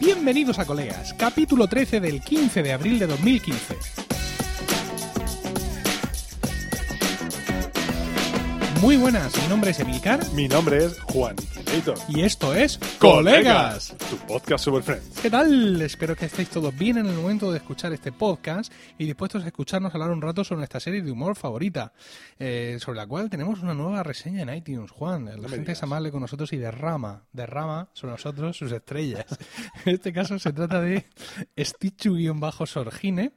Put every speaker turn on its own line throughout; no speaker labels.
Bienvenidos a Colegas, capítulo 13 del 15 de abril de 2015. Muy buenas, mi nombre es Emilcar
Mi nombre es Juan Leitor.
y esto es
Tu podcast sobre Friends.
¿Qué tal? Espero que estéis todos bien en el momento de escuchar este podcast y dispuestos a escucharnos hablar un rato sobre nuestra serie de humor favorita, eh, sobre la cual tenemos una nueva reseña en iTunes, Juan. La gente
digas.
es amable con nosotros y derrama, derrama sobre nosotros sus estrellas. en este caso se trata de Stichu-Sorgine,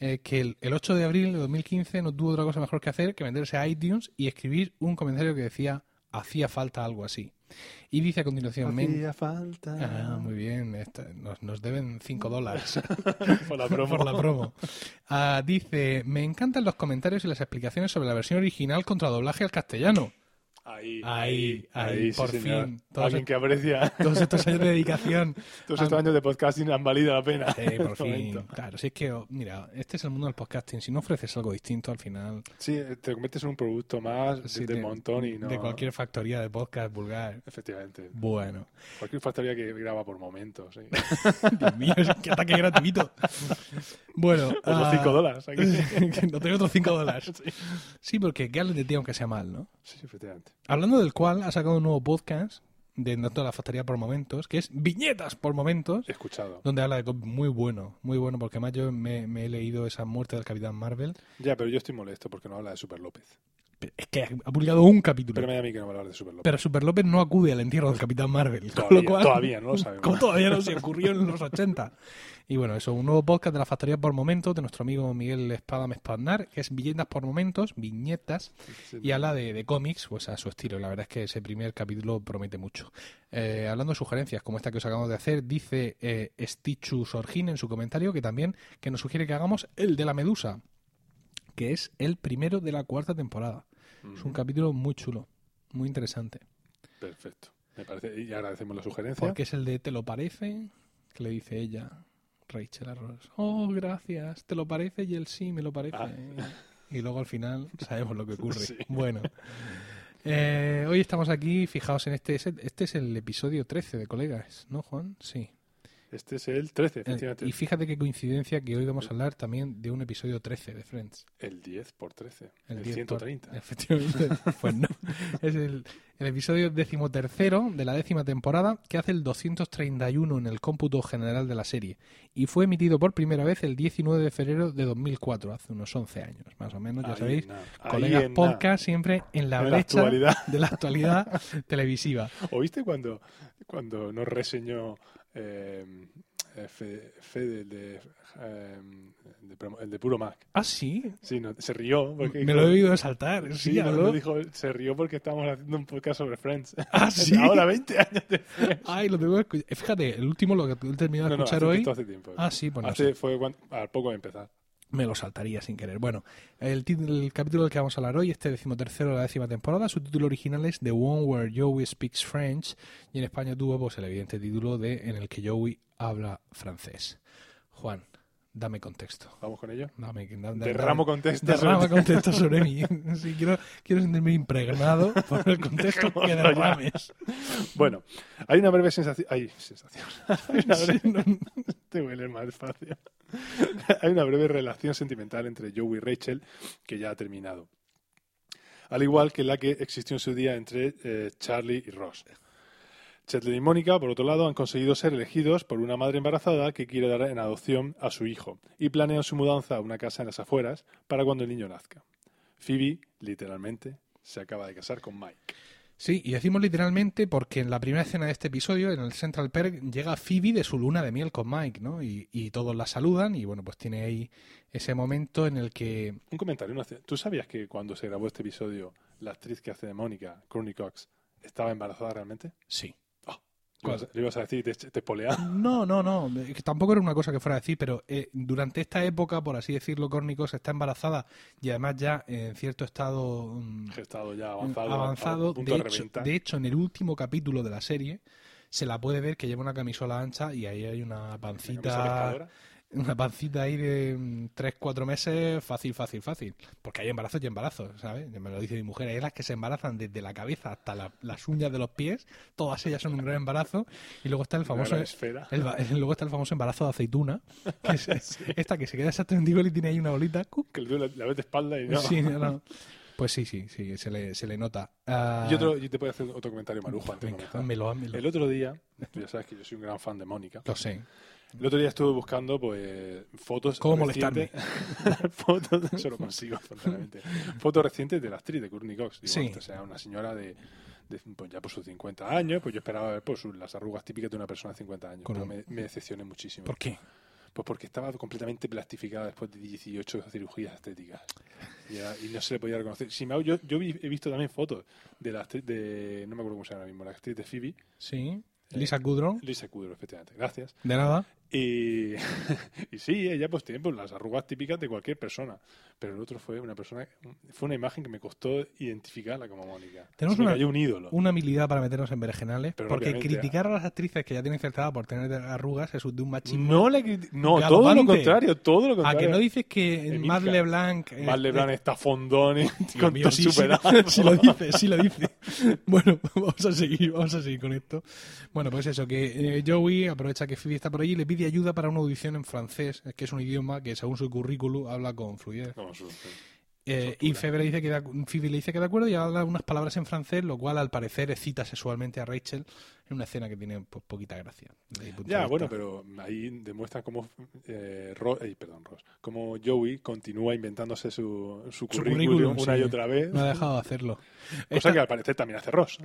eh, que el, el 8 de abril de 2015 no tuvo otra cosa mejor que hacer que meterse a iTunes y escribir un comentario que decía hacía falta algo así. Y dice a continuación, "Men-
falta.
Ah, muy bien. Esta- nos, nos deben 5 dólares
Por la promo.
por la promo. Ah, dice, me encantan los comentarios y las explicaciones sobre la versión original contra doblaje al castellano.
Ahí,
Ahí, ahí,
sí,
por
señor.
fin. Todos-
Alguien que aprecia.
Todos estos años de dedicación.
Todos estos años de podcasting han valido la pena.
Sí, por
De momento.
fin. Claro, si es que, oh, mira, este es el mundo del podcasting. Si no ofreces algo distinto al final
Sí, eh, te conviertes en un producto más
sí,
del
de-
montón y no.
de cualquier factoría de podcast vulgar.
Efectivamente.
Bueno.
Cualquier factoría que graba por momentos. Sí.
Dios mío, es que ataque gratuito. Bueno.
Otros
ah,
5 dólares. aquí.
que no tengo otros 5 dólares. Sí, porque qué de ti aunque sea mal, ¿no?
Sí, efectivamente.
Hablando del cual, ha sacado un nuevo podcast de No toda la factoría por momentos, que es Viñetas por momentos,
He escuchado.
donde habla de co- muy bueno, muy bueno, porque además yo me, me he leído esa muerte del Capitán Marvel.
Ya, pero yo estoy molesto porque no habla de Super López.
Pero Es que ha publicado un capítulo.
Pero
Pero,
me da a mí que no va a hablar de Super López.
Super López no acude al entierro del Capitán Marvel. con
Todavía,
lo cual,
todavía, no lo sabemos.
como todavía no se ocurrió en los 80. Y bueno, eso, un nuevo podcast de la factoría por momentos de nuestro amigo Miguel Espada Mespaznar, que es Viñetas por momentos, viñetas,
Sí,
Y habla de, de cómics, pues a su estilo. La verdad es que ese primer capítulo promete mucho. Eh, hablando de sugerencias, como esta que os acabamos de hacer, dice eh, Stichu Sorgin en su comentario que también que nos sugiere que hagamos el de la medusa, que es el primero de la cuarta temporada. Es
Mm,
un capítulo muy chulo, muy interesante.
Perfecto. Me parece, y agradecemos la sugerencia.
Porque es el de ¿te lo parece? que le dice ella, Rachel Arrows. Oh, gracias, ¿te lo parece? Y él sí, me lo parece.
Ah.
Y luego al final sabemos lo que ocurre.
Sí.
Bueno. Eh, hoy estamos aquí, fijaos en este, es el- este es el episodio 13 de Colegas, ¿no, Juan? Sí.
Este es el 13,
Eh,
efectivamente.
y fíjate qué coincidencia que hoy vamos a hablar también de un episodio 13 de Friends.
El 10 por 13.
El
El,
10 por-
130.
Efectivamente, pues no. Es el, el episodio decimotercero de la décima temporada que hace el 231 en el cómputo general de la serie y fue emitido por primera vez el 19 de febrero de 2004, hace unos 11 años más o menos, ya
Ahí
sabéis.
en nada. Ahí
Colegas
en nada.
podcast siempre en la
En la
brecha
actualidad.
de la actualidad televisiva.
¿Oíste cuando, cuando nos reseñó eh, eh, Fe- Fede, el de, eh, el de promo- el de Puro Mac?
Ah, sí,
Sí, no- se rió. Porque
me lo he oído saltar. Sí,
Pues Sí, no,
habló.
no dijo, se rió porque estábamos haciendo un podcast sobre Friends.
Ah, sí.
Ahora 20 años de
Ay, lo tengo que escuchar. Fíjate, el último lo que he terminado de
No, no,
escuchar
hace-
hoy.
esto hace tiempo.
Ah, sí, pues no
Hace- fue cuando- al poco de empezar.
me lo saltaría sin querer. Bueno, el, tit- el capítulo del que vamos a hablar hoy, este decimotercero de la décima temporada, su título original es The One Where Joey Speaks French y en España tuvo pues, el evidente título de En el que Joey habla francés. Juan, dame contexto.
Vamos con ello.
Dame, da- da-
Derramo contexto.
dame- derrama contexto sobre mí. Sí, quiero, quiero sentirme impregnado por el contexto que
Dejémoslo ya.
derrames.
Bueno, hay una breve sensación. Hay sensación. Hay una breve-
Sí, no-
Te voy a leer más despacio. Hay una breve relación sentimental entre Joey y Rachel que ya ha terminado. Al igual que la que existió en su día entre eh, Charlie y Ross. Chetler y Mónica, por otro lado, han conseguido ser elegidos por una madre embarazada que quiere dar en adopción a su hijo y planean su mudanza a una casa en las afueras para cuando el niño nazca. Phoebe, literalmente, se acaba de casar con Mike.
Sí, y decimos literalmente porque en la primera escena de este episodio, en el Central Perk, llega Phoebe de su luna de miel con Mike, ¿no? Y, y todos la saludan y bueno, pues tiene ahí ese momento en el que...
Un comentario. una ce- ¿Tú sabías que cuando se grabó este episodio, la actriz que hace de Mónica, Courtney Cox, estaba embarazada realmente?
Sí.
Lo ibas- lo ibas a decir y te, te spoileaba.
No, no, no, eh, que tampoco era una cosa que fuera a decir, pero eh, durante esta época, por así decirlo, Córnicos está embarazada y además ya en cierto estado mm,
He estado ya avanzado.
avanzado.
a punto
De,
de
hecho,
reventar.
de hecho, en el último capítulo de la serie se la puede ver que lleva una camisola ancha y ahí hay una
¿La camisa
pancita...
pescadora?
Una pancita ahí de 3-4 meses, fácil, fácil, fácil. Porque hay embarazos y embarazos, ¿sabes? Me lo dice mi mujer. Hay las que se embarazan desde la cabeza hasta la- las uñas de los pies. Todas ellas son un gran embarazo. Y luego está el famoso.
gran esfera.
el ba- luego está el famoso embarazo de aceituna. que es Esta que se queda exactamente igual y tiene ahí una bolita. ¡cuc!
Que le duele la, la vez de espalda y no.
Sí, no, no. Pues sí, sí, sí, se le, se le nota. Ah,
Y otro, yo te voy a hacer otro comentario marujo antes de
venga,
comenzar.
házmelo, házmelo.
El otro día, tú ya sabes que yo soy un gran fan de Mónica.
Lo sé.
El otro día estuve buscando pues fotos.
¿Cómo
recientes- fotos, eso lo consigo, afortunadamente. Fotos recientes de la actriz de Courtney Cox. Digo,
Sí.
esta será una señora de, de, pues, ya por sus 50 años, pues yo esperaba ver pues, sus- las arrugas típicas de una persona de 50 años.
Con
Pero
un-
me, me decepcioné muchísimo.
¿Por qué?
Pues porque estaba completamente plastificada después de 18 cirugías estéticas. Y, era- y no se le podía reconocer. Si me hago- yo yo vi- he visto también fotos de la actriz de. No me acuerdo cómo se llama ahora mismo, la actriz de Phoebe,
Sí. Lisa Kudrow.
Lisa Kudrow, efectivamente. Gracias.
De nada.
Y, y sí, ella pues tiene pues, las arrugas típicas de cualquier persona. Pero el otro fue una persona, fue una imagen que me costó identificarla como Mónica.
Tenemos
Se me
una-
cayó un ídolo.
Una habilidad para meternos en berenjenales.
Pero
Porque
obviamente, ah.
criticar a las actrices que ya tienen cierta edad por tener arrugas es de un machismo.
No le criti- No,
Galopante.
todo lo contrario, todo lo
a
Mm, contrario.
que no dices que
Emilka.
Matt LeBlanc. eh,
Mal LeBlanc está fondón y
Dios
con
mío,
todo
sí, sí,
superado.
sí lo dice, sí lo dice. Bueno, vamos a seguir, vamos a seguir con esto. Bueno, pues eso, que eh, Joey aprovecha que Phoebe está por allí y le pide ayuda para una audición en francés, que es un idioma que según su currículum habla con fluidez.
No, su- su-
Eh, y Phoebe le, dice que de, acu- Phoebe le dice que de acuerdo y habla unas palabras en francés, lo cual al parecer excita sexualmente a Rachel en una escena que tiene pues, poquita gracia. desde mi punto de
Ya,
vista.
bueno, pero ahí demuestra cómo, eh, Ro- ey, perdón, Ross, cómo Joey continúa inventándose su, su, currículum,
currículum,
una
sí.
y otra vez.
No ha dejado de hacerlo.
Cosa
Esta-
que al parecer también hace Ross.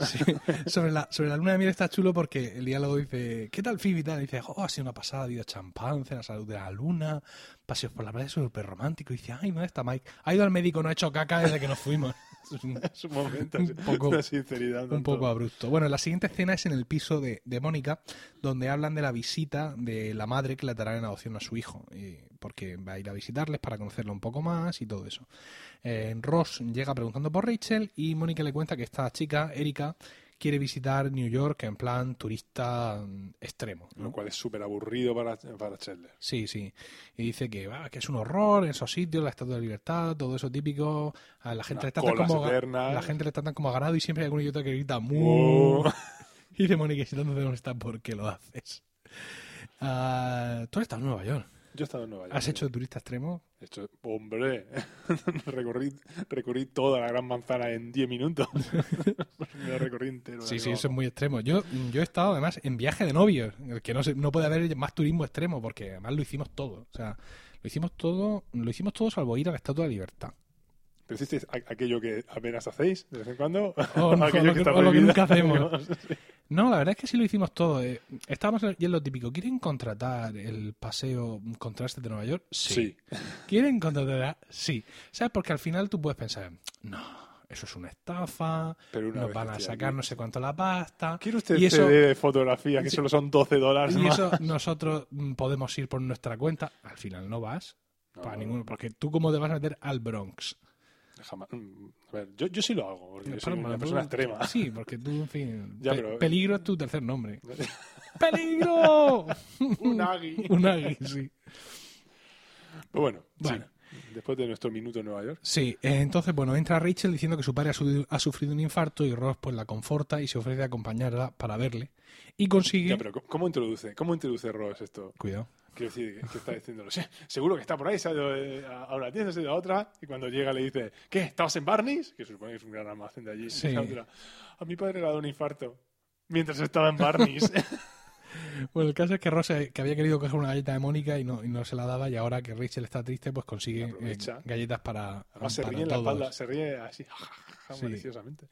sobre, la, sobre la luna de miel está chulo porque el diálogo dice, ¿qué tal Phoebe? y tal? Y dice, oh, ha sido una pasada, ha habido champán, cenas a la luz de la luna, paseos por la playa, súper romántico. Y dice, ay, ¿dónde está Mike? Ha ido al médico, no ha hecho caca desde que nos fuimos. Es un-
Es un momento,
Un
así,
poco-
una sinceridad.
un
tanto.
poco abrupto. Bueno, la siguiente escena es en el piso de, de Mónica, donde hablan de la visita de la madre que le dará en adopción a su hijo, eh, porque va a ir a visitarles para conocerla un poco más y todo eso. Eh, Ross llega preguntando por Rachel y Mónica le cuenta que esta chica, Erika, quiere visitar New York en plan turista mm, extremo. ¿no?
Lo cual es súper aburrido para, para Chandler.
Sí, sí. Y dice que, va, que es un horror esos sitios, la Estatua de la Libertad, todo eso típico. A la gente
Unas
le tratan
colas
como, ga-
eternas.
la gente le tratan como a ganado y siempre hay alguno y otro que grita mu.
Oh.
Y dice Mónica, si no dónde está, ¿por qué lo haces? Ah, tú has estado en Nueva York.
Yo he estado en Nueva York.
¿Has
sí.
hecho de turista extremo?
He hecho- hombre, recorrí, recorrí toda la gran manzana en 10 minutos. Me la recorrí entero. de
Sí, sí, eso
arriba
es
abajo.
muy extremo. Yo, mm, yo he estado además en viaje de novios, en el que no, se- no puede haber más turismo extremo, porque además lo hicimos todo. O sea, lo hicimos todo, lo hicimos todo salvo ir a la Estatua de la Libertad.
¿Pero hicisteis a- aquello que apenas hacéis de vez en cuando?
O no,
aquello
lo que- o lo que
prohibido.
nunca hacemos. No, la verdad es que sí lo hicimos todo. eh. Estábamos en- y es lo típico. ¿Quieren contratar el paseo Contrastes de Nueva York?
Sí.
¿Quieren contratar? Sí. ¿Sabes? Porque al final tú puedes pensar, no, eso es una estafa,
Pero una
nos
vez
van a
estoy
sacar
aquí.
no sé cuánto la pasta.
¿Quiere usted
y eso,
CD de fotografía que
Sí.
solo son 12 dólares
y
más?
eso nosotros mm, podemos ir por nuestra cuenta. Al final no vas.
No,
para
no.
ninguno, porque tú cómo te vas a meter al Bronx.
Jamás. Mm, A ver, yo, yo sí lo hago, porque yo soy
Palma,
una
tú-
persona extrema.
Sí, porque tú, en fin.
Ya,
pe-
pero-
Peligro es tu tercer nombre. ¡Peligro!
Un agui.
Un agui, sí.
Pero Pues bueno, sí.
Bueno.
después de nuestro minuto en Nueva York,
Sí, eh, entonces, bueno, entra Rachel diciendo que su padre ha, su- ha sufrido un infarto y Ross pues la conforta y se ofrece a acompañarla para verle. Y consigue...
Ya, pero ¿cómo- ¿cómo introduce? ¿Cómo introduce Ross esto?
Cuidado.
Quiero decir, que, que está diciéndolo. "Sí, seguro que está por ahí, se ha ido eh, a a una tienda, se ha ido a otra, y cuando llega le dice, ¿qué? ¿Estabas en Barney's? Que se supone que es un gran almacén de allí.
Sí.
Y la otra, a mi padre le ha dado un infarto mientras estaba en Barney's.
Bueno, el caso es que Ross, eh, que había querido coger una galleta de Mónica y no, y no se la daba, y ahora que Rachel está triste, pues consigue eh,
Aprovecha.
galletas para,
Además Ah, se
para
ríe en la
todos.
espalda, se ríe así,
Sí.
maliciosamente.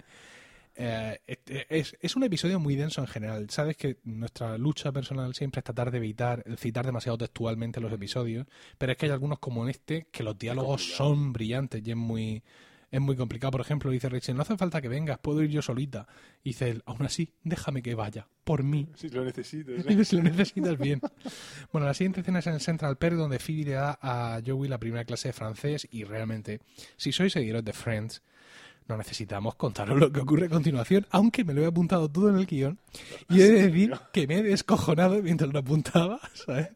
Eh, este, es, es un episodio muy denso en general. Sabes que nuestra lucha personal siempre es tratar de evitar el citar demasiado textualmente los episodios, pero es que hay algunos como en este que los diálogos
complicado.
son brillantes y es muy, es muy complicado. Por ejemplo, dice Rachel, no hace falta que vengas, puedo ir yo solita. Y dice él, aún así, déjame que vaya, por mí.
Si lo necesito. ¿eh? ¿sí?
Si lo necesitas bien. Bueno, la siguiente escena es en Central Perk, donde Phoebe le da a Joey la primera clase de francés y realmente, si sois seguidores de Friends, no necesitamos contaros lo que ocurre a continuación, aunque me lo he apuntado todo en el guión y he de decir que me he descojonado mientras lo apuntaba, ¿sabes?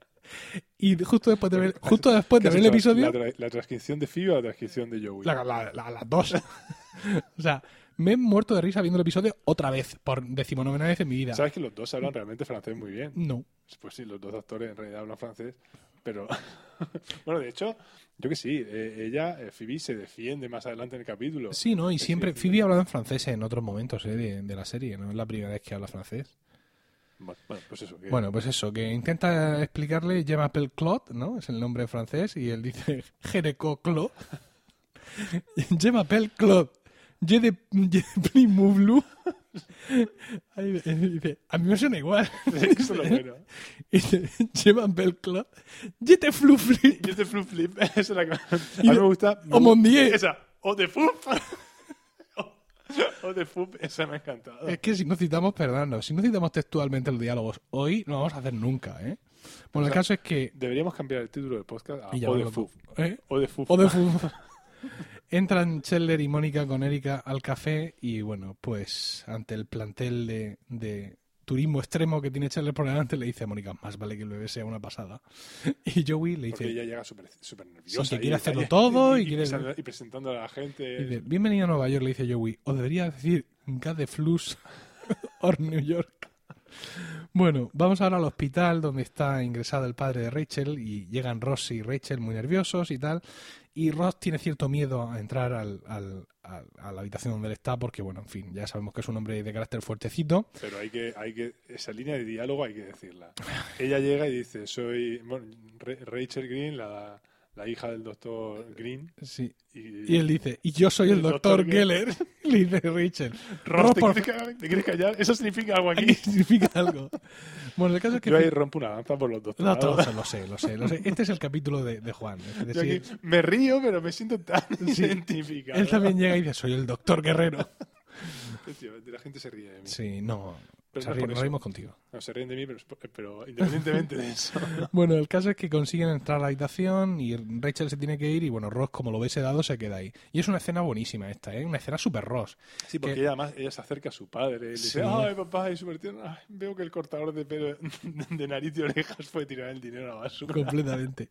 Y justo después de ver, justo después de
¿Qué has
ver el
hecho?
episodio,
¿La, tra- la transcripción de Phoebe o la transcripción de Joey?
la- la- la- las dos. o sea, me he muerto de risa viendo el episodio otra vez, por decimonovena vez en mi vida.
¿Sabes que los dos hablan realmente francés muy bien?
No.
Pues sí, los dos actores en realidad hablan francés, pero... bueno, de hecho, yo que sí, eh, ella, eh, Phoebe, se defiende más adelante en el capítulo.
Sí, ¿no? Y
Sí,
siempre,
sí.
Phoebe ha hablado en francés en otros momentos eh, de, de la serie, no es la primera vez que habla francés.
Bueno, bueno, pues eso. que-
Bueno, pues eso, que intenta explicarle, llama Appel Clot, ¿no? Es el nombre en francés, y él dice Jereco Clot. Je m'appelle Claude. Je de je de Plimouvlou. Ahí dice, a mí me suena igual.
eso es lo bueno.
Dice, Je m'appelle Claude. Je te floufli.
Y este flip flip, esa es la que... A
Y
mí me
de-
gusta...
o mon dieu.
Esa, o de fup. O- O de fup, esa me ha encantado.
Es que si no citamos, perdónanos, si no citamos textualmente los diálogos, hoy no vamos a hacer nunca, ¿eh? Bueno, el caso es que...
Deberíamos cambiar el título del podcast a
y
O de
llamarlo-
fup.
¿Eh?
O de fup.
O de fútbol. Entran Scheller y Mónica con Erika al café y bueno, pues ante el plantel de, de turismo extremo que tiene Scheller por delante le dice a Mónica, más vale que el bebé sea una pasada. Y Joey le
Porque
dice,
ella llega súper súper nerviosa.
Sí, que
y-
quiere hacerlo todo y quiere-
presentando- y presentando a la gente.
dice, bienvenido a Nueva York, le dice Joey, o debería decir God de Flus or New York. Bueno, vamos ahora al hospital donde está ingresado el padre de Rachel y llegan Ross y Rachel muy nerviosos y tal. Y Ross tiene cierto miedo a entrar al- al- al- a la habitación donde él está porque, bueno, en fin, ya sabemos que es un hombre de carácter fuertecito.
Pero hay que, hay que, esa línea de diálogo hay que decirla. Ella llega y dice, soy bueno, Ra- Rachel Green, la, la hija del doctor Green.
Sí.
Y,
Y él dice, y yo soy el,
El
doctor,
doctor
Geller. Le dice Rachel,
Ross, ¿te,
Ross,
quieres callar? ¿Te quieres callar? Eso significa algo
aquí
aquí.
significa algo. Bueno, el caso es que...
Yo ahí rompo una danza por los
No, todo
doctorados.
eso lo sé, lo sé, lo sé. Este es el capítulo de, de Juan. Es
Yo
decir,
aquí me río, pero me siento tan
Sí.
identificado.
él también llega y dice, soy el doctor guerrero.
Efectivamente, La gente se ríe de mí.
Sí, no.
Pero
se
no es
ríe-
por
nos
eso.
reímos contigo.
No, se ríen de mí, pero, pero independientemente de eso.
Bueno, el caso es que consiguen entrar a la habitación y Rachel se tiene que ir y bueno, Ross, como lo ve sedado, se queda ahí. Y es una escena buenísima esta, ¿eh? Una escena súper Ross.
Sí, porque
Que-
ella además ella se acerca a su padre y le
Sí.
dice, ay papá, es súper tierno. Ay, veo que el cortador de pelo de nariz y orejas fue tirar el dinero a la basura.
Completamente.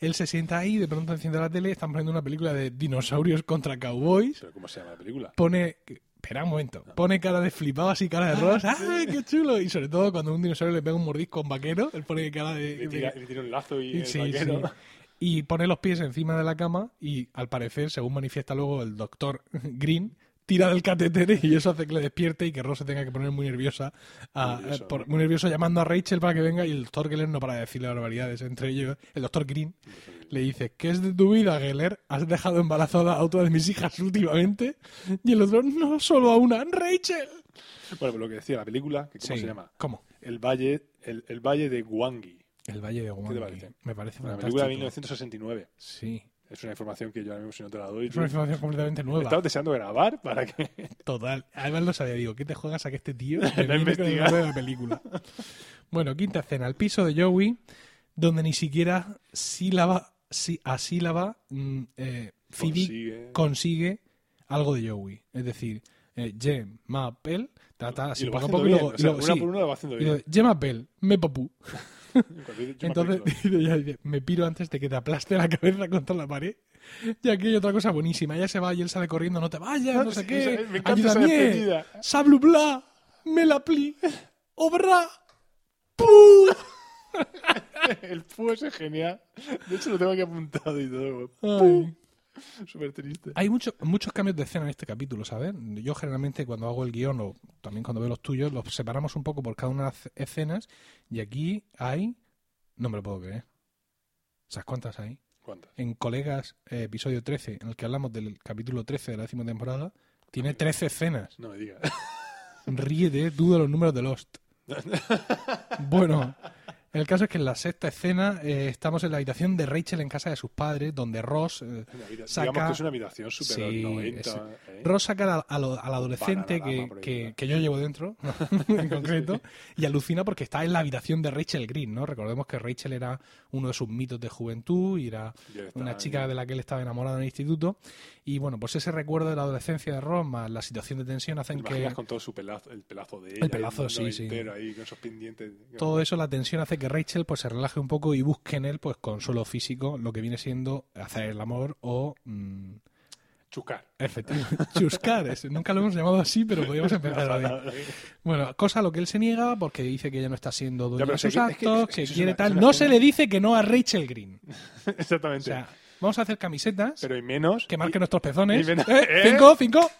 Él se sienta ahí, de pronto enciende la tele, están poniendo una película de dinosaurios contra cowboys.
¿Pero ¿Cómo se llama la película?
Pone... Espera un momento. Pone cara de flipado así, cara de Ross. ¡Ah, qué chulo! Y sobre todo cuando un dinosaurio le pega un mordisco a un vaquero, él pone cara de... de-
Le tira, le tira un lazo y el
Sí,
vaquero.
sí. Y pone los pies encima de la cama y, al parecer, según manifiesta luego el doctor Green, tira del catéter y eso hace que le despierte y que Ross se tenga que poner muy nerviosa, a-
Nervioso,
eh, por-
¿no?
muy nervioso llamando a Rachel para que venga y el doctor Geller no para de decirle barbaridades. Entre ellos, el doctor Green le dice, ¿qué es de tu vida, Geller? ¿Has dejado embarazada a otra de mis hijas últimamente? Y el otro, no, solo a una, Rachel.
Bueno, pues lo que decía la película, que ¿cómo
Sí.
se llama?
¿Cómo?
El Valle, el, el Valle de Guangui.
El Valle de Guangui.
parece?
Me parece
Una
fantástico.
película de 1969.
Sí.
Es una información que yo ahora mismo si no te la doy.
Es una
tú-
información completamente nueva.
Estaba deseando grabar para que...
Total. Además lo sabía, digo, ¿qué te juegas a que este tío me
La
viene con el
investiga.
nombre de la película? Bueno, quinta escena, el piso de Joey, donde ni siquiera sílaba, sí, a sílaba mm, eh, Phoebe consigue.
consigue-
algo de Joey. Es decir, eh, Jem, ma, pel, ta, ta, así
y lo va
poco a
haciendo
poco y
bien,
luego-
o
y
sea,
luego-
una
sí.
por una lo va haciendo
Y luego,
bien.
Jem, ma, pel, me popú.
Yo me
Entonces
aplico.
dice, ya dice, me piro antes de que te aplaste la cabeza contra la pared. Y aquí hay otra cosa buenísima. Ella se va y él sale corriendo, no te vayas, no, sé
sí,
qué.
esa- me encanta esa
ayúdame,
despedida.
sablublá, me la pli, obra, pu.
El pu ese es genial. De hecho, lo tengo aquí apuntado y todo.
Ay.
Súper triste.
Hay mucho- muchos cambios de escena en este capítulo, ¿sabes? Yo generalmente cuando hago el guión o también cuando veo los tuyos, los separamos un poco por cada una de las escenas. Y aquí hay... No me lo puedo creer. ¿Sabes cuántas hay?
¿Cuántas?
en Colegas, eh, episodio 13, en el que hablamos del capítulo 13 de la décima temporada, tiene 13 escenas.
No me digas.
Ríete, duda los números de Lost. Bueno, el caso es que en la sexta escena eh, estamos en la habitación de Rachel en casa de sus padres, donde Ross, eh,
Una habita-
Saca-
Digamos que es una habitación súper
Sí,
90. ¿eh?
Ross saca a- a lo- al adolescente que,
Bananarama
que,
prohibida.
que yo llevo dentro, en concreto, y alucina porque está en la habitación de Rachel Green, ¿no? Recordemos que Rachel era uno de sus mitos de juventud y era
Y él está ¿eh?
una
ahí.
chica de la que él estaba enamorado en el instituto. Y bueno, pues ese recuerdo de la adolescencia de Ross más la situación de tensión
¿Te
hacen que
imaginas con todo su pelazo, el pelazo de ella.
pelazo,
ahí,
sí, sí.
entero Ahí, con esos pendientes.
todo eso, la tensión hace que Rachel pues se relaje un poco y busque en él pues consuelo físico, lo que viene siendo hacer el amor o mm,
Chucar.
efectivamente chuscar. Es- nunca lo hemos llamado así, pero podríamos empezar a
Ya,
Bueno, cosa a lo que él se niega porque dice que ella no está siendo dueña
pero
de
es que-
sus
es que-
actos,
es que
que,
eso es
quiere
una- es
tal.
una
No se
pena.
le dice que no a Rachel Green. O
Exactamente.
sea, vamos a hacer camisetas
pero y menos.
que marquen nuestros pezones.
y ven-
¿Eh?
¿Eh?
¿Cinco? ¿Cinco?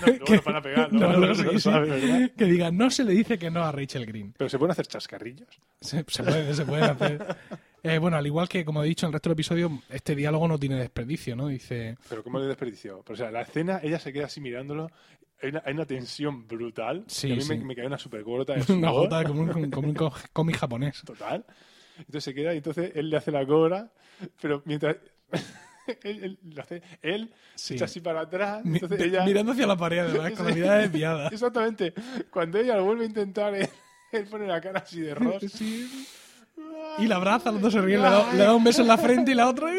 No, luego nos van a pegar, luego
No,
nos
no,
van a
sí,
pegar,
sí.
¿verdad?
Que digan, no se le dice que no a Rachel Green.
Pero se pueden hacer chascarrillos.
Se, se puede, se puede hacer. Eh, bueno, al igual que, como he dicho en el resto del episodio, este diálogo no tiene desperdicio, ¿no? Dice,
Pero ¿cómo le desperdició? Pero, o sea, la escena, ella se queda así mirándolo. Hay una, hay una tensión brutal.
Sí,
que a mí me,
sí.
me cae una super gorda de
una
sudor,
gota como un, como un co- cómic japonés.
Total. Entonces se queda y entonces él le hace la cobra. Pero mientras. él, él lo hace- él se
Sí.
echa así para atrás.
Mi-
Entonces
de-
ella.
Mirando hacia la pared, ¿verdad? Con la
Sí.
mirada desviada.
Exactamente. Cuando ella lo vuelve a intentar, él, él pone la cara así de rostro.
Sí. Y la abraza, los dos se ríen, le da, le da un beso en la frente y la otra...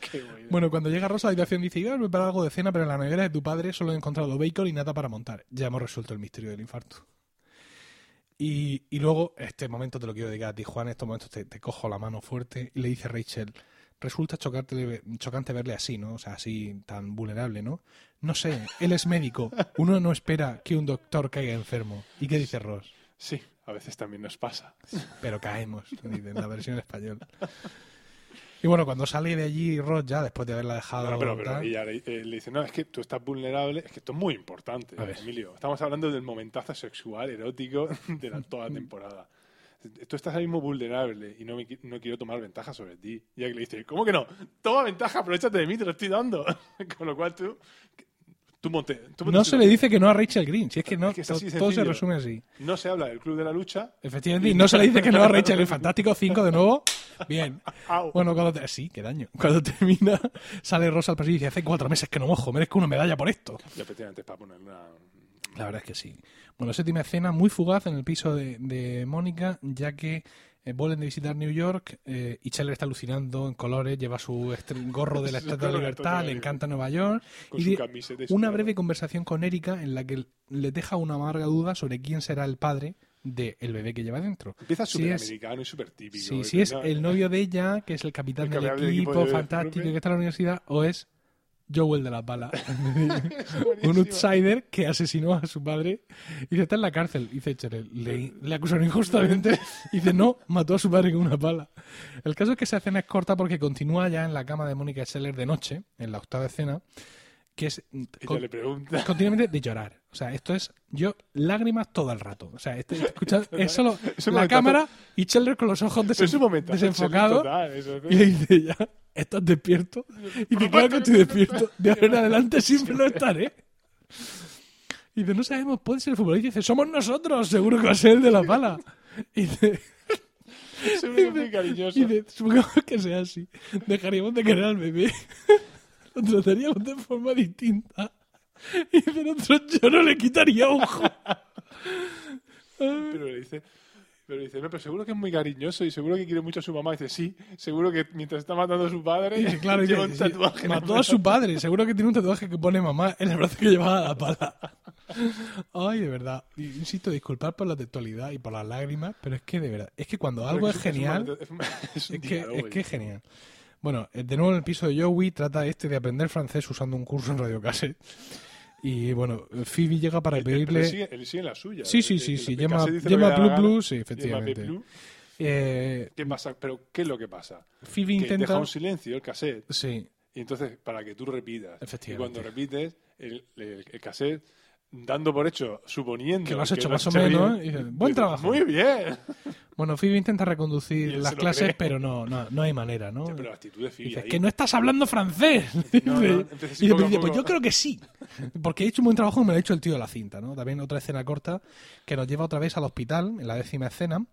Qué bueno.
Bueno, cuando llega Rosa a la habitación dice, iba a preparar algo de cena, pero en la nevera de tu padre solo he encontrado bacon y nata para montar. Ya hemos resuelto el misterio del infarto. Y, y luego, este momento te lo quiero dedicar a ti, Juan, en estos momentos te, te cojo la mano fuerte y le dice Rachel, resulta chocarte, chocante verle así, ¿no? O sea, así tan vulnerable, ¿no? No sé, él es médico, uno no espera que un doctor caiga enfermo. ¿Y qué dice Ross?
Sí, a veces también nos pasa.
pero caemos, en la versión en español. Y bueno, cuando sale de allí Ross ya, después de haberla dejado...
Bueno, pero, pero
tal,
ella le, eh, le dice, no, es que tú estás vulnerable, es que esto es muy importante,
A ver.
Emilio. Estamos hablando del momentazo sexual, erótico de la, toda la temporada. Tú estás ahora mismo vulnerable y no, me qui- no quiero tomar ventaja sobre ti. Y ella le dice, ¿cómo que no? Toma ventaja, aprovechate de mí, te lo estoy dando. Con lo cual tú... tú monte, tú monte-
No se le dice que no a Rachel Green, si es que no,
Es que es así
to- todo se
sencillo.
resume así.
No se habla del club de la lucha.
Efectivamente, y no se le dice que no a Rachel Green. Fantástico, 5 de nuevo. Bien.
Au.
Bueno, cuando te- sí, qué daño. Cuando termina, sale Rosa al pasillo y dice, hace cuatro meses que no mojo, merezco una medalla por esto.
Y efectivamente es para poner una...
La verdad es que sí. Bueno, séptima escena muy fugaz en el piso de, de Mónica, ya que eh, vuelven de visitar New York eh, y Chandler está alucinando en colores, lleva su estre- gorro de la
Su
Estatua de
gorro
la
de la Estatua
Libertad,
de
le
la
encanta Nueva York.
Con
y
su
di-
camiseta y su
una
gorro.
breve conversación con Erika en la que le deja una amarga duda sobre quién será el padre del bebé que lleva dentro.
Empieza
Si
súper
es-
americano y súper típico.
Sí, si es el novio de ella, que es el capitán
¿eh? El
del
capitán
equipo,
del equipo de-
fantástico,
de-
que está en la universidad, o es Joel de las balas.
Buenísimo.
un outsider que asesinó a su padre. Y dice, está en la cárcel. Y Dice, Chere, le, le acusaron injustamente. Y dice, no, mató a su padre con una pala. El caso es que esa escena es corta porque continúa ya en la cama de Mónica Scheller de noche, en la octava escena, que es
Ella
con-
le pregunta...
continuamente de llorar. O sea, esto es yo lágrimas todo el rato. O sea, este, escucha, es solo
Es un
la
momentazo.
cámara y Scheller con los ojos desen-
Es un momento
desenfocados.
total, eso,
Y le dice ya, ¿estás despierto? Y dice, claro que estoy despierto. De ahora en adelante siempre lo estaré. Y dice, no sabemos, puede ser el futbolista. Y dice, somos nosotros, seguro que va a ser el de la pala. Y dice,
es muy cariñoso.
y dice, supongamos que sea así. Dejaríamos de querer al bebé. Lo trataríamos de forma distinta. Y dice, nosotros yo no le quitaría ojo.
Pero le dice... Pero le dice, no, pero seguro que es muy cariñoso y seguro que quiere mucho a su mamá. Y dice, sí, seguro que mientras está matando a su padre,
Y dice, claro,
lleva
dice,
un tatuaje. en la
mató a su padre. Seguro que tiene un tatuaje que pone mamá en el brazo que llevaba la pala. Ay, de verdad. Y, Insisto, disculpad por la textualidad y por las lágrimas, pero es que de verdad, es que cuando
frente.
algo es,
Pero
genial,
Es, un- es un- es un
es que,
diálogo,
es que es genial. Bueno, eh, de nuevo en el piso de Joey trata este de aprender francés usando un curso en radiocase. Y bueno, Phoebe llega para
Pero él
pedirle...
sigue, él sigue en la suya.
Sí, sí,
El-
sí,
el-
sí,
el
llama-
Picasso dice lo
llama
que
Blue
le da la gana,
Blues, sí,
llama
efectivamente.
Blue.
eh,
¿Qué pasa? Pero, ¿qué es lo que pasa?
Phoebe
Que deja
intenta...
un silencio el cassette
Sí,
Y entonces, para que tú repitas. Y
Efectivamente.
cuando repites, el, el, el cassette, dando por hecho, suponiendo.
Que lo has hecho más o menos, y dices, "Buen
dices,
trabajo".
Muy bien.
Bueno, Phoebe intenta
Y
reconducir
él
las
se lo
clases,
cree.
pero no, no, no hay manera, ¿no?
Pero la actitud de Phoebe
Dices,
ahí.
que no estás hablando francés.
No, no,
Dice-
empieza así
y
poco a
dice, pues
poco.
yo creo que sí. Porque he hecho un buen trabajo y me lo ha hecho el tío de la cinta, ¿no? También otra escena corta que nos lleva otra vez al hospital, en la décima escena,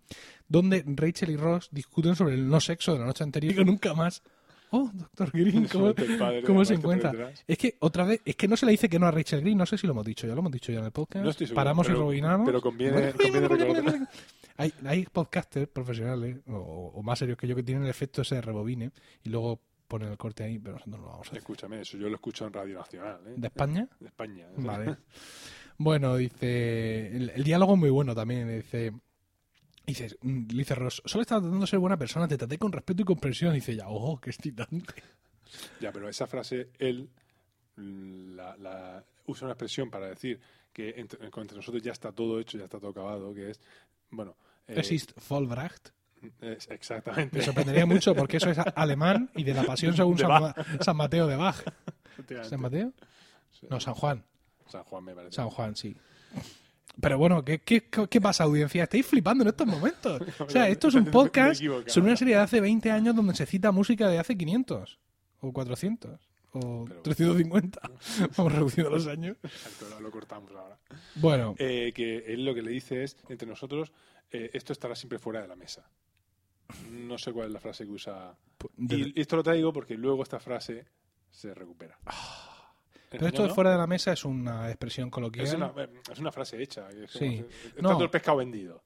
donde Rachel y Ross discuten sobre el no sexo de la noche anterior y que nunca más. Oh, doctor Green, ¿cómo,
Suelta el padre,
cómo
además,
se
te
encuentra?
perderás.
Es que otra vez, es que no se le dice que no a Rachel Green, no sé si lo hemos dicho, ya lo hemos dicho ya en el podcast.
No estoy seguro,
Paramos
pero-
y rebobinamos.
pero conviene- conviene recordar.
Hay, hay podcasters profesionales o, o más serios que yo que tienen el efecto ese de rebobine y luego ponen el corte ahí, pero nosotros no lo vamos a hacer.
Escúchame, eso yo lo escucho en Radio Nacional, ¿eh?
¿De España?
De España. ¿eh?
Vale. Bueno, dice. El, el diálogo es muy bueno también. Dice. Y dices, mm, le dice Ross, solo estaba tratando de ser buena persona, te traté con respeto y comprensión. Y dice ya, oh, qué excitante.
Ya, pero esa frase, él la, la- usa una expresión para decir que entre, entre nosotros ya está todo hecho, ya está todo acabado, que es, bueno... eh,
Es ist vollbracht.
es-
Me
exactamente.
sorprendería mucho porque eso es alemán y de la pasión según
De
San,
Bach.
Ma- San Mateo de Bach.
Efectivamente.
¿San Mateo?
Sí.
No, San Juan.
San Juan me parece.
San Juan, sí. Pero bueno, ¿qué, qué, qué pasa, audiencia? Estáis flipando en estos momentos. O sea, esto es un
Me he
podcast
equivocado.
sobre una serie de hace 20 años donde se cita música de hace 500 o 400 o
Pero-
350. Vamos reduciendo los años.
Exacto, lo- lo cortamos ahora.
Bueno,
Eh, que él lo que le dice es, entre nosotros, eh, esto estará siempre fuera de la mesa. No sé cuál es la frase que usa.
pu- de-
Y esto lo traigo porque luego esta frase se recupera.
Ah, pero esto de fuera de la mesa es una expresión coloquial.
Es una, eh, es una frase hecha. Es como-
Sí.
es
No.
tanto el pescado vendido.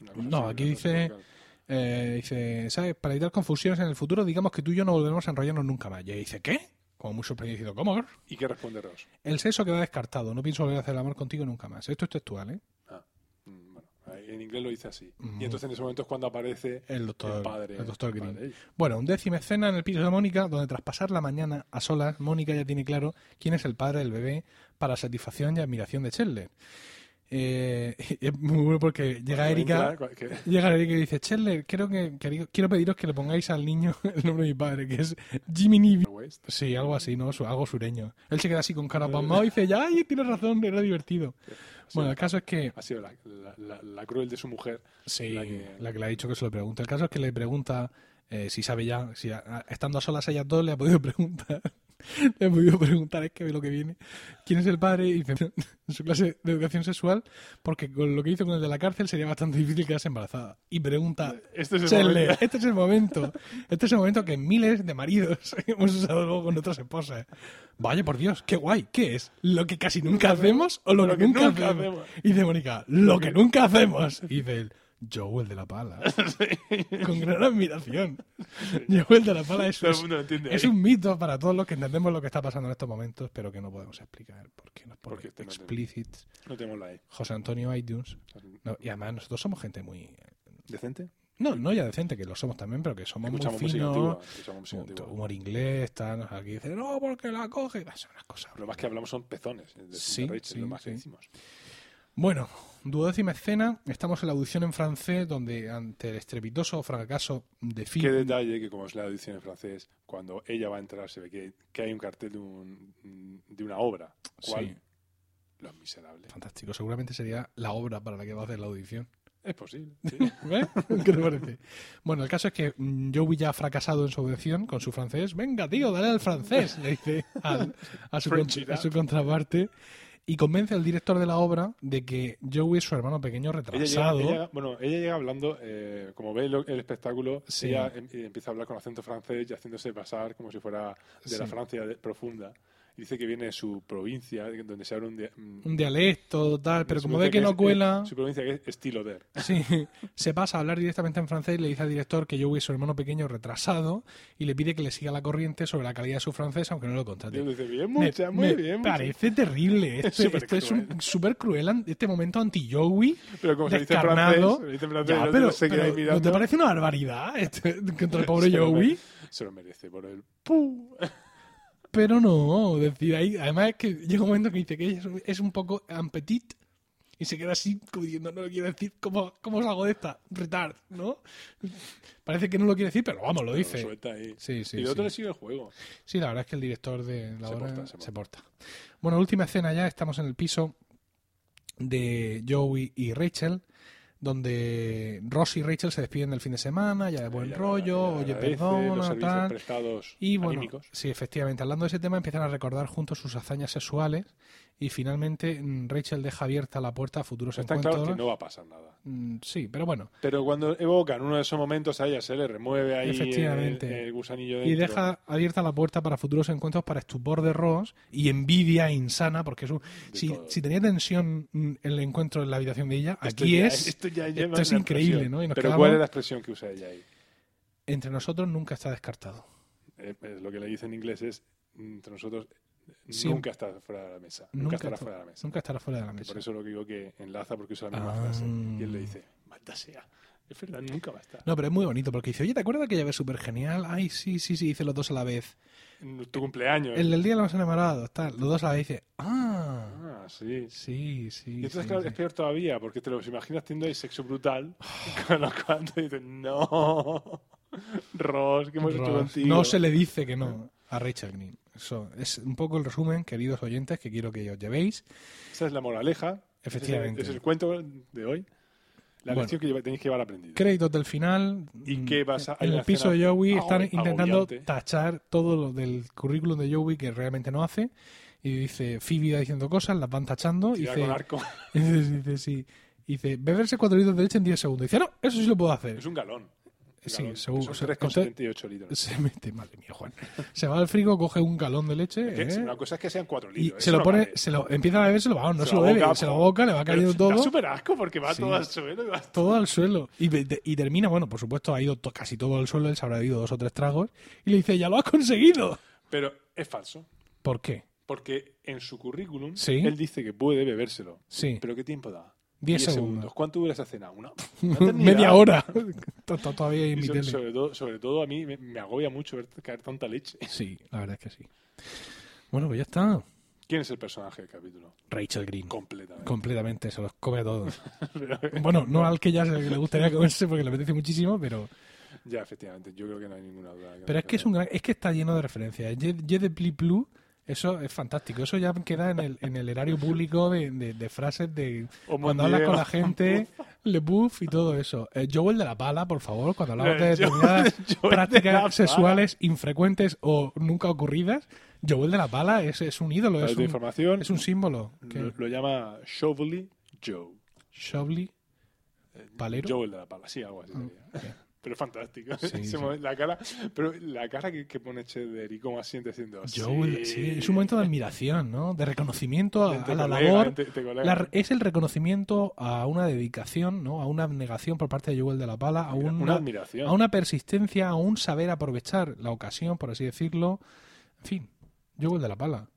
Una cosa
No,
así,
aquí
una
dice-
frase
Eh, dice, ¿sabes? Para evitar confusiones en el futuro, digamos que tú y yo no volveremos a enrollarnos nunca más. Y ella dice, ¿qué? Como muy sorprendido, diciendo, ¿cómo?
local. ¿Y qué responde Ross?
El sexo queda descartado, no pienso volver a hacer el amor contigo nunca más. Esto es textual, ¿eh?
Ah, mm, bueno, ahí en inglés lo dice así.
Mm.
Y entonces en ese momento es cuando aparece
El doctor,
el padre.
el doctor Green.
padre.
Bueno, undécima escena en el piso de Mónica, donde tras pasar la mañana a solas, Mónica ya tiene claro quién es el padre del bebé para satisfacción y admiración de Chandler. Eh, es muy bueno porque llega Erika,
Entra, que-
llega Erika y dice, Chandler, creo que, querido- quiero pediros que le pongáis al niño el nombre de mi padre, que es Jimmy Niven".
West,
Sí, algo así, ¿no? Su- Algo sureño. Él se queda así con cara pasmado y dice, ya, ay, tienes razón, era divertido. Bueno, el caso es que...
ha sido la- la- la- la cruel de su mujer
Sí,
La que-
la que le ha dicho que se lo pregunte. El caso es que le pregunta eh, si sabe ya, si a- a- estando a solas ellas dos le ha podido preguntar. Le ha podido preguntar, es que ve lo que viene. ¿Quién es el padre? Y dice, en su clase de educación sexual, porque con lo que hizo con el de la cárcel sería bastante difícil quedarse embarazada. Y pregunta,
Este es el
"Chandler,
momento.
este es el momento. Este es el momento que miles de maridos hemos usado luego con nuestras esposas. Vaya, por Dios, qué guay. ¿Qué es? ¿Lo que casi nunca hacemos o lo, que, nunca, hacemos? Y dice Mónica, lo que nunca hacemos. Y dice él, Joe el de la pala. Con gran admiración. Joe el de la pala es,
Todo el
es-
mundo lo entiende.
es
ahí.
un mito para todos los que entendemos lo que está pasando en estos momentos, pero que no podemos explicar porque nos pone
Porque este no te-
explicit
No tenemos la E.
José Antonio iTunes. No, y además nosotros somos gente muy...
¿Decente?
No, no ya decente, que lo somos también, pero que somos
Escuchamos
muy
música
finos.
antigua. Escuchamos música
Punto.
antigua.
humor inglés, están aquí dicen, no, porque la coge. Va, Son unas cosas.
Lo más que hablamos son pezones. De
Sí,
sí,
sí,
lo más que
sí.
decimos.
Bueno, duodécima escena. Estamos en la audición en francés, donde ante el estrepitoso fracaso de
Qué
Phil.
detalle que, como es la edición en francés, cuando ella va a entrar se ve que, que hay un cartel de, un, de una obra. ¿Cuál?
Sí.
Los Miserables.
Fantástico, seguramente sería la obra para la que va a hacer la audición.
Es posible. sí.
¿Ves? ¿Qué te parece? Bueno, el caso es que mm, Joey ya ha fracasado en su audición con su francés. Venga, tío, dale al francés, le dice al- a, su,
French it
a su
up.
contraparte. Y convence al director de la obra de que Joey es su hermano pequeño
Ella llega,
retrasado.
ella- bueno, ella llega hablando, eh, como ve lo- el espectáculo,
Sí.
ella em- eh, empieza a hablar con acento francés y haciéndose pasar como si fuera de la
Sí.
Francia de- profunda. Y dice que viene de su provincia, de- donde se habla un, dia- mm,
Un dialecto, tal, pero
su
como ve que
provincia
no
es-
cuela.
eh, su provincia que es estilo de.
Sí, se pasa a hablar directamente en francés y le dice al director que Joey es su hermano pequeño retrasado y le pide que le siga la corriente sobre la calidad de su francés, aunque no lo contrate.
Dios dice, bien,
Me-
mucha, muy
me
bien. mucha.
Parece terrible. Este,
súper
este es un súper cruel an- este momento anti-Joey.
Pero como se dice en
descarnado.
francés, se dice en francés,
Ya,
el otro
pero,
se queda
pero
ahí
¿no te
mirando.
parece una barbaridad este, contra el pobre
Se lo
Joey?
merece. Se lo merece por el ¡pum!
Pero no, decir ahí. Además es que llega un momento que dice que ella es un- es un poco un petit y se queda así como diciendo, no lo quiero decir, ¿cómo, cómo salgo de esta? Retard, ¿no? Parece que no lo quiere decir, pero vamos, lo
Lo
dice.
suelta ahí.
Sí, sí,
y el
sí.
otro le sigue el juego.
Sí, la verdad es que el director de la
Se
obra
porta, se
se porta. Bueno, última escena ya, estamos en el piso de Joey y Rachel, donde Ross y Rachel se despiden del fin de semana, ya de buen
Ella
rollo, oye,
agradece Los
perdona,
servicios
tal.
prestados
Y bueno,
anímicos.
sí, efectivamente, hablando de ese tema, empiezan a recordar juntos sus hazañas sexuales y finalmente mm, Rachel deja abierta la puerta a futuros
Pues Está
encuentros.
claro que no va a pasar nada.
Mm, Sí, pero bueno.
Pero cuando evocan uno de esos momentos, a ella se le remueve ahí
Efectivamente.
El, el gusanillo
Y
dentro.
deja abierta la puerta para futuros encuentros para estupor de Ross y envidia insana, porque es un-
De
si,
todo.
si tenía tensión mm, el encuentro en la habitación de ella,
Esto
aquí
ya-
es,
esto ya lleva
esto es
una
increíble,
expresión.
¿no? Y nos
Pero
quedamos-
¿cuál es la expresión que usa ella ahí?
entre nosotros nunca está descartado.
Eh, eh, lo que le dice en inglés es, entre nosotros,
Sí.
nunca está fuera de la mesa. Nunca, estará
está-
fuera de la mesa.
Nunca estará fuera de la
Que
mesa.
Por eso lo que digo que enlaza porque usa la misma
Ah.
frase. Y él le dice, maldita sea, Es verdad, nunca va a estar.
No, pero es muy bonito porque dice, oye, ¿te acuerdas de aquella vez súper genial? Ay, sí, sí, sí, hice los dos a la vez.
Tu cumpleaños.
El del día de los enamorados, tal. Los dos a la vez dice, ah,
Ah, sí.
sí, sí.
Y entonces,
sí,
claro,
sí".
es peor todavía, porque te los imaginas teniendo ahí sexo brutal
Ah.
con los cuantos y dices, no, Ross, ¿qué hemos hecho
Ross,
contigo?
No se le dice que no a Rachel Green. Eso es un poco el resumen, queridos oyentes, que quiero que os llevéis.
Esa es la moraleja.
Efectivamente.
Ese Es el cuento de hoy. La
Bueno.
lección que lleva- tenéis que llevar aprendida.
Créditos del final.
¿Y
mm,
qué vas a- hay
En
una
el piso
escena
de Joey están
agobi-
intentando
agobiante.
tachar todo lo del currículum de Joey que realmente no hace. Y dice, Phoebe va diciendo cosas, las van tachando. Y
Tirar
dice,
con arco.
dice, dice, sí. Dice, beberse cuatro litros de leche en 10 segundos. Dice, "Ah, no, eso sí lo puedo hacer.
Es un galón. Un
Sí,
galón, que
seguro,
son
se-
3,78 litros.
Se mete, madre mía, Juan. Se va al frigo, coge un galón de leche.
Es que
¿eh?
Una cosa es que sean 4
Y
litros.
se lo
eso no
pone,
vale.
se lo empieza a beber, se lo va, no se,
la
lo bebe,
boca,
se lo
ojo.
boca, le va
Pero
cayendo
Da
todo,
súper asco porque va
Sí.
todo al suelo. y va-
todo al suelo. Y, ve- de- y termina, bueno, por supuesto, ha ido to- casi todo al suelo, él se habrá bebido dos o tres tragos, y le dice, ya lo has conseguido.
Pero es falso.
¿Por qué?
Porque en su currículum
Sí.
él dice que puede bebérselo.
Sí,
¿Pero qué tiempo da?
10
Diez
segundos.
¿Cuánto dura esa cena? ¿Una?
Media hora. To- to- Todavía en mi
Y sobre,
tele.
sobre todo, sobre todo a mí me, me agobia mucho ver caer tanta leche.
Sí, la verdad es que sí. Bueno, pues ya está.
¿Quién es el personaje del capítulo?
Rachel Green.
Completamente.
Completamente, se los come a todos. Bueno, no al que ya se- le gustaría comerse porque le apetece muchísimo, pero,
ya, efectivamente. Yo creo que no hay ninguna duda.
pero es que es un gran- es que está lleno de referencias. Je Je de Pli Plu, eso es fantástico. Eso ya queda en el, en el erario público de, de- de frases de
O
cuando hablas
Mondeo.
con la gente, le buff y todo eso. Eh, Joel de la pala, por favor, cuando hablamos de
Eh, Joel-
determinadas
Joel de la pala.
prácticas sexuales infrecuentes o nunca ocurridas, Joel de la pala es, es un ídolo,
Para
es
tu
un,
información,
es un símbolo. que-
lo, lo llama Shovely Joe. Eh,
Shovely, palero. Ah,
Joel de la pala, sí, algo así sería. Pero fantástico.
Sí,
Ese
sí.
momento, la cara, pero la cara que, que pone Cheder y cómo asiente haciendo así.
Joel, sí, es un momento de admiración, ¿no? De reconocimiento a,
Te- te
a la
colega,
labor.
te- te colega.
La re- es el reconocimiento a una dedicación, ¿no? A una abnegación por parte de Joel de la Pala, a
Una,
una,
admiración.
a una persistencia, a un saber aprovechar la ocasión, por así decirlo. En fin, Joel de la Pala.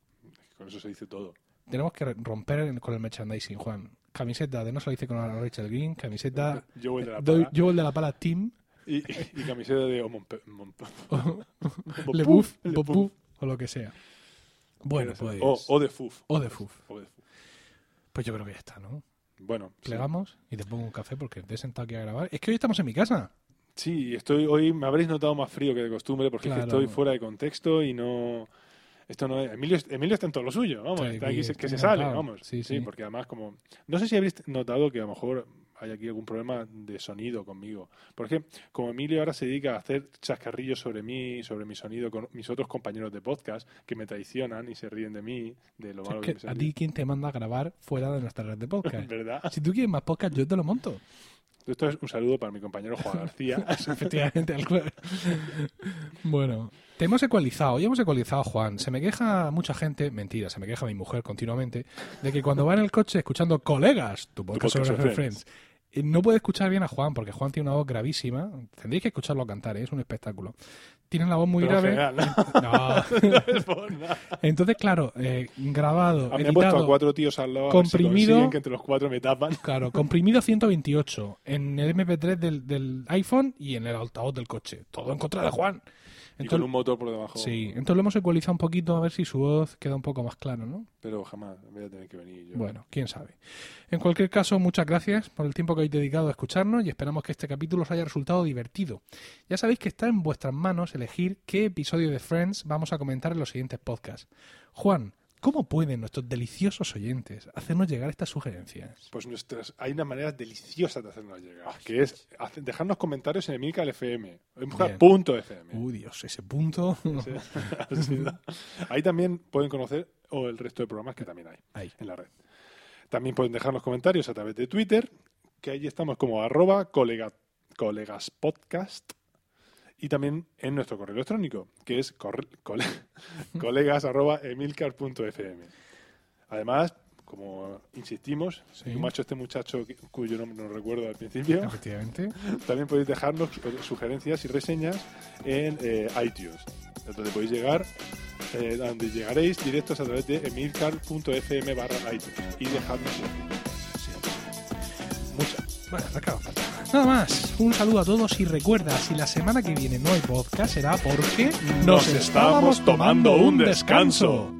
Con eso se dice todo.
Tenemos que re- romper en- con el merchandising, Juan. Camiseta de No se lo dice con la Rachel Green, camiseta
Joel de la
doy-
pala.
Joel de la Pala Team,
Y, y- y camiseta de Omon Pe- Mon-
Le
Bopuf,
Buff, Bopuf, o lo que sea. Bueno, pues...
O, o de Fuf.
o de Fuf.
O de Fuf.
Pues yo creo que ya está, ¿no?
Bueno, oh. sí.
plegamos y te pongo un café porque te he sentado aquí a grabar. Es que hoy estamos en mi casa.
Sí, estoy hoy me habréis notado más frío que de costumbre porque es que
Claro.
estoy fuera de contexto y no esto no es Emilio, Emilio está en todo lo suyo, vamos,
Está
está
aquí,
aquí se-
está
que se
encantado.
sale, vamos.
Sí, sí.
porque además como no sé si habréis notado que a lo mejor hay aquí algún problema de sonido conmigo, porque como Emilio ahora se dedica a hacer chascarrillos sobre mí, sobre mi sonido con mis otros compañeros de podcast que me traicionan y se ríen de mí, de lo
O sea,
malo
es
que,
que
me
a
sale.
ti quién te manda a grabar fuera de nuestra red de podcast.
¿Verdad?
si tú quieres más podcast, yo te lo monto.
Esto es un saludo para mi compañero Juan García.
Efectivamente. al cual- bueno, te hemos ecualizado. Hoy hemos ecualizado, Juan. Se me queja mucha gente, mentira, se me queja mi mujer continuamente, de que cuando va en el coche escuchando colegas, tu podcast,
podcast
sobre
sobre
Friends, eh, no puede escuchar bien a Juan porque Juan tiene una voz gravísima. Tendréis que escucharlo cantar, ¿eh? es un espectáculo. Tiene la voz muy
Pero en
grave.
general, ¿no?
No.
Es por nada.
Entonces, claro, eh, grabado,
Ah, Me han puesto a
editado,
cuatro tíos al lado. a ver si
comprimido.
consiguen que entre los cuatro me tapan.
claro, comprimido a 128 en el MP3 del, del iPhone y en el altavoz del coche. Todo en contra de Juan.
y con
Entonces,
un motor por debajo.
sí, entonces lo hemos ecualizado un poquito a ver si su voz queda un poco más clara, ¿no?
Pero jamás voy a tener que venir yo.
Bueno, quién sabe. En cualquier caso, muchas gracias por el tiempo que habéis dedicado a escucharnos y esperamos que este capítulo os haya resultado divertido. Ya sabéis que está en vuestras manos elegir qué episodio de Friends vamos a comentar en los siguientes podcasts. Juan, ¿cómo pueden nuestros deliciosos oyentes hacernos llegar estas sugerencias?
Pues nuestras, hay unas maneras deliciosas de hacernos llegar, que es hace- dejarnos comentarios en Emilcar FM, en
Bien. Uh,
punto FM.
Uy, Dios, ese punto.
Sí. Así da. Ahí también pueden conocer o el resto de programas que también hay
Ahí.
en la red. También pueden dejarnos comentarios a través de Twitter, que ahí estamos como arroba colega, colegas podcast. Y también en nuestro correo electrónico, que es corre- cole- colegas arroba emilcar.fm. Además, como insistimos,
Sí.
como ha hecho este muchacho que- cuyo nombre no recuerdo al principio,
Efectivamente.
también podéis dejarnos eh, sugerencias y reseñas en eh, iTunes, donde podéis llegar, eh, donde llegaréis directos a través de emilcar.fm barra iTunes y dejadnos
Muchas. Bueno, no acaba falta. Nada más, un saludo a todos y recuerda, si la semana que viene no hay podcast será porque
Nos estábamos tomando un descanso.